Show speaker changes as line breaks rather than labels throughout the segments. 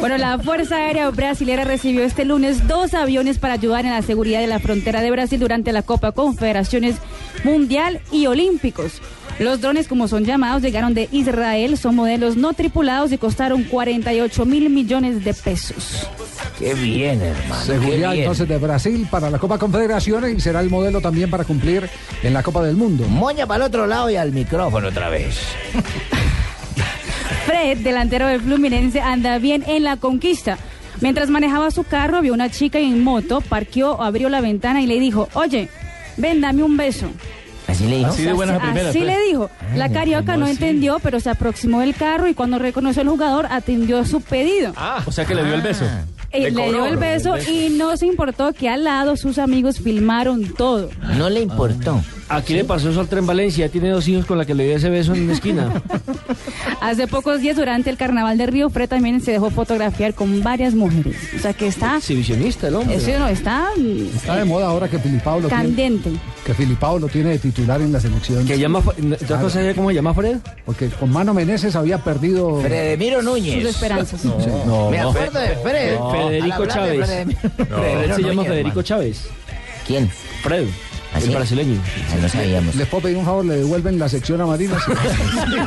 Bueno, la Fuerza Aérea Brasilera recibió este lunes dos aviones para ayudar en la seguridad de la frontera de Brasil durante la Copa Confederaciones Mundial y Olímpicos. Los drones, como son llamados, llegaron de Israel, son modelos no tripulados y costaron 48 mil millones de pesos.
Qué bien, hermano.
Seguridad
qué bien.
entonces de Brasil para la Copa Confederaciones y será el modelo también para cumplir en la Copa del Mundo.
Moña para el otro lado y al micrófono otra vez.
Fred, delantero del Fluminense, anda bien en la conquista. Mientras manejaba su carro, vio una chica en moto, parqueó, abrió la ventana y le dijo, oye, ven, dame un beso.
Así le dijo.
Así, le dijo. La carioca no entendió, pero se aproximó del carro y cuando reconoció al jugador, atendió su pedido.
O sea que le dio el beso.
Eh, le dio el beso y no se importó que al lado sus amigos filmaron todo.
No le importó.
Aquí le pasó eso al tren Valencia. Tiene dos hijos con la que le dio ese beso en una esquina.
Hace pocos días, durante el carnaval de Río, Fred también se dejó fotografiar con varias mujeres. O sea que
Ah.
está...
Exhibicionista el hombre.
Eso no está... mm,
Está de moda ahora que Filipao lo tiene,
Candente.
que Filipao lo tiene de titular en la selección.
Que llama. ¿Tú no sabes cómo se llama Fred?
Porque con Mano Meneses había perdido
Fredemiro
Sus
Núñez.
esperanzas.
Me acuerdo de Fred.
No. Federico
Al hablar de
Chávez.
Fredemiro-
Él
Fredemiro
se llama
Núñez,
Federico
hermano.
Chávez.
¿Quién?
Fred.
¿Ah,
El
sí?
brasileño.
Ah, no sabíamos.
¿Les puedo pedir un favor? ¿Le devuelven la sección a Marina? Sí.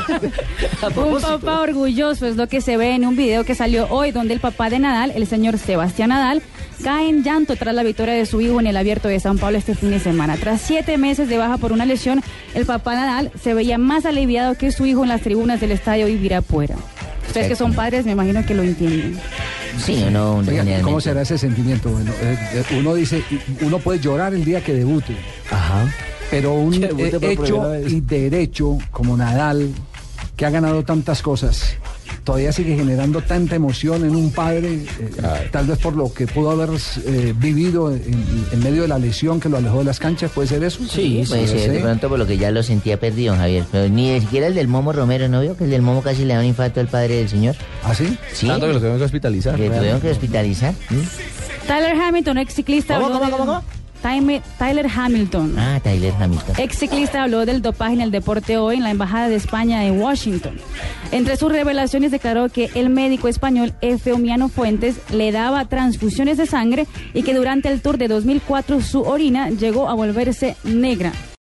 Un papá orgulloso es lo que se ve en un video que salió hoy donde el papá de Nadal, el señor Sebastián Nadal, cae en llanto tras la victoria de su hijo en el abierto de San Pablo este fin de semana. Tras siete meses de baja por una lesión, el papá Nadal se veía más aliviado que su hijo en las tribunas del estadio Ibirapuera. Ustedes que son padres me imagino que lo entienden.
Sí, o no, un-
Oiga,
generalmente.
¿Cómo será ese sentimiento? Bueno, eh, eh, uno dice, uno puede llorar el día que debute,
Ajá.
pero un
Que debute
eh,
por primera
hecho
vez.
y derecho como Nadal, que ha ganado tantas cosas, todavía sigue generando tanta emoción en un padre, eh, tal vez por lo que pudo haber eh, vivido en, en medio de la lesión que lo alejó de las canchas, ¿puede ser eso?
Sí,
Puede ser, de pronto por lo que ya lo sentía perdido, Javier. Pero ni de siquiera el del Momo Romero, ¿no vio que el del Momo casi le da un infarto al padre del señor?
¿Así?
Sí. Tanto que lo tuvieron que hospitalizar. Que tuvieron que hospitalizar.
Tyler Hamilton, ex ciclista...
¿Cómo,
habló
cómo,
del-
cómo, cómo?
Time- Tyler Hamilton.
Ah, Tyler Hamilton.
Ex ciclista habló del dopaje en el deporte hoy en la Embajada de España en Washington. Entre sus revelaciones declaró que el médico español Efeomiano Fuentes le daba transfusiones de sangre y que durante el Tour de 2004 su orina llegó a volverse negra.